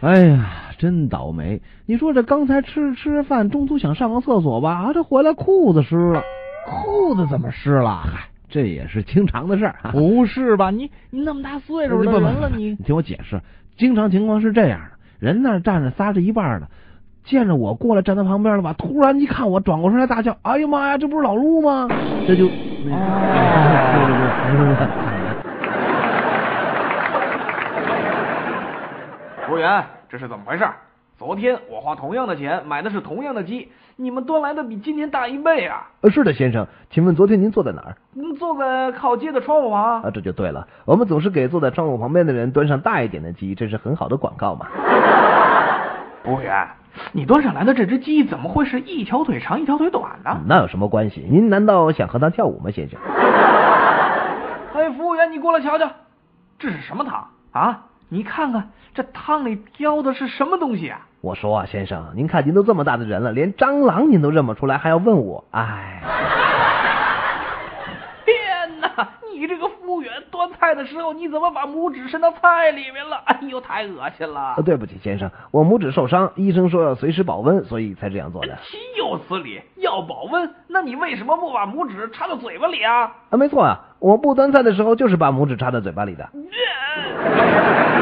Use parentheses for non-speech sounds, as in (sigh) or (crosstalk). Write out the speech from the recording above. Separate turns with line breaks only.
哎呀，真倒霉！你说这刚才吃吃饭，中途想上个厕所吧，啊，这回来裤子湿了。
裤子怎么湿了？
嗨，这也是经常的事儿 (laughs) 啊。
不是吧？你你那么大岁数的
不不
人
不
了，
不
你
听我解释，经常情况是这样的：人那儿站着撒着一半的，见着我过来站他旁边了吧，突然一看我，转过身来大叫：“哎呀妈呀，这不是老陆吗？”这就，
服务员，这是怎么回事？昨天我花同样的钱买的是同样的鸡，你们端来的比今天大一倍啊！
呃，是的，先生，请问昨天您坐在哪儿？
嗯，坐在靠街的窗户旁
啊，。这就对了，我们总是给坐在窗户旁边的人端上大一点的鸡，这是很好的广告嘛。
服务员，你端上来的这只鸡怎么会是一条腿长一条腿短呢？
嗯那有什么关系？您难道想和他跳舞吗，先生？
哎，服务员，你过来瞧瞧，这是什么汤啊？你看看这汤里飘的是什么东西啊？
我说啊，先生，您看您都这么大的人了，连蟑螂您都认不出来，还要问我？哎，
天哪！你这个服务员端菜的时候，你怎么把拇指伸到菜里面了？哎呦，太恶心了
呃！对不起，先生，我拇指受伤，医生说要随时保温，所以才这样做的。
岂有此理！要保温，那你为什么不把拇指插到嘴巴里啊？
啊，没错啊，我不端菜的时候就是把拇指插在嘴巴里的。
这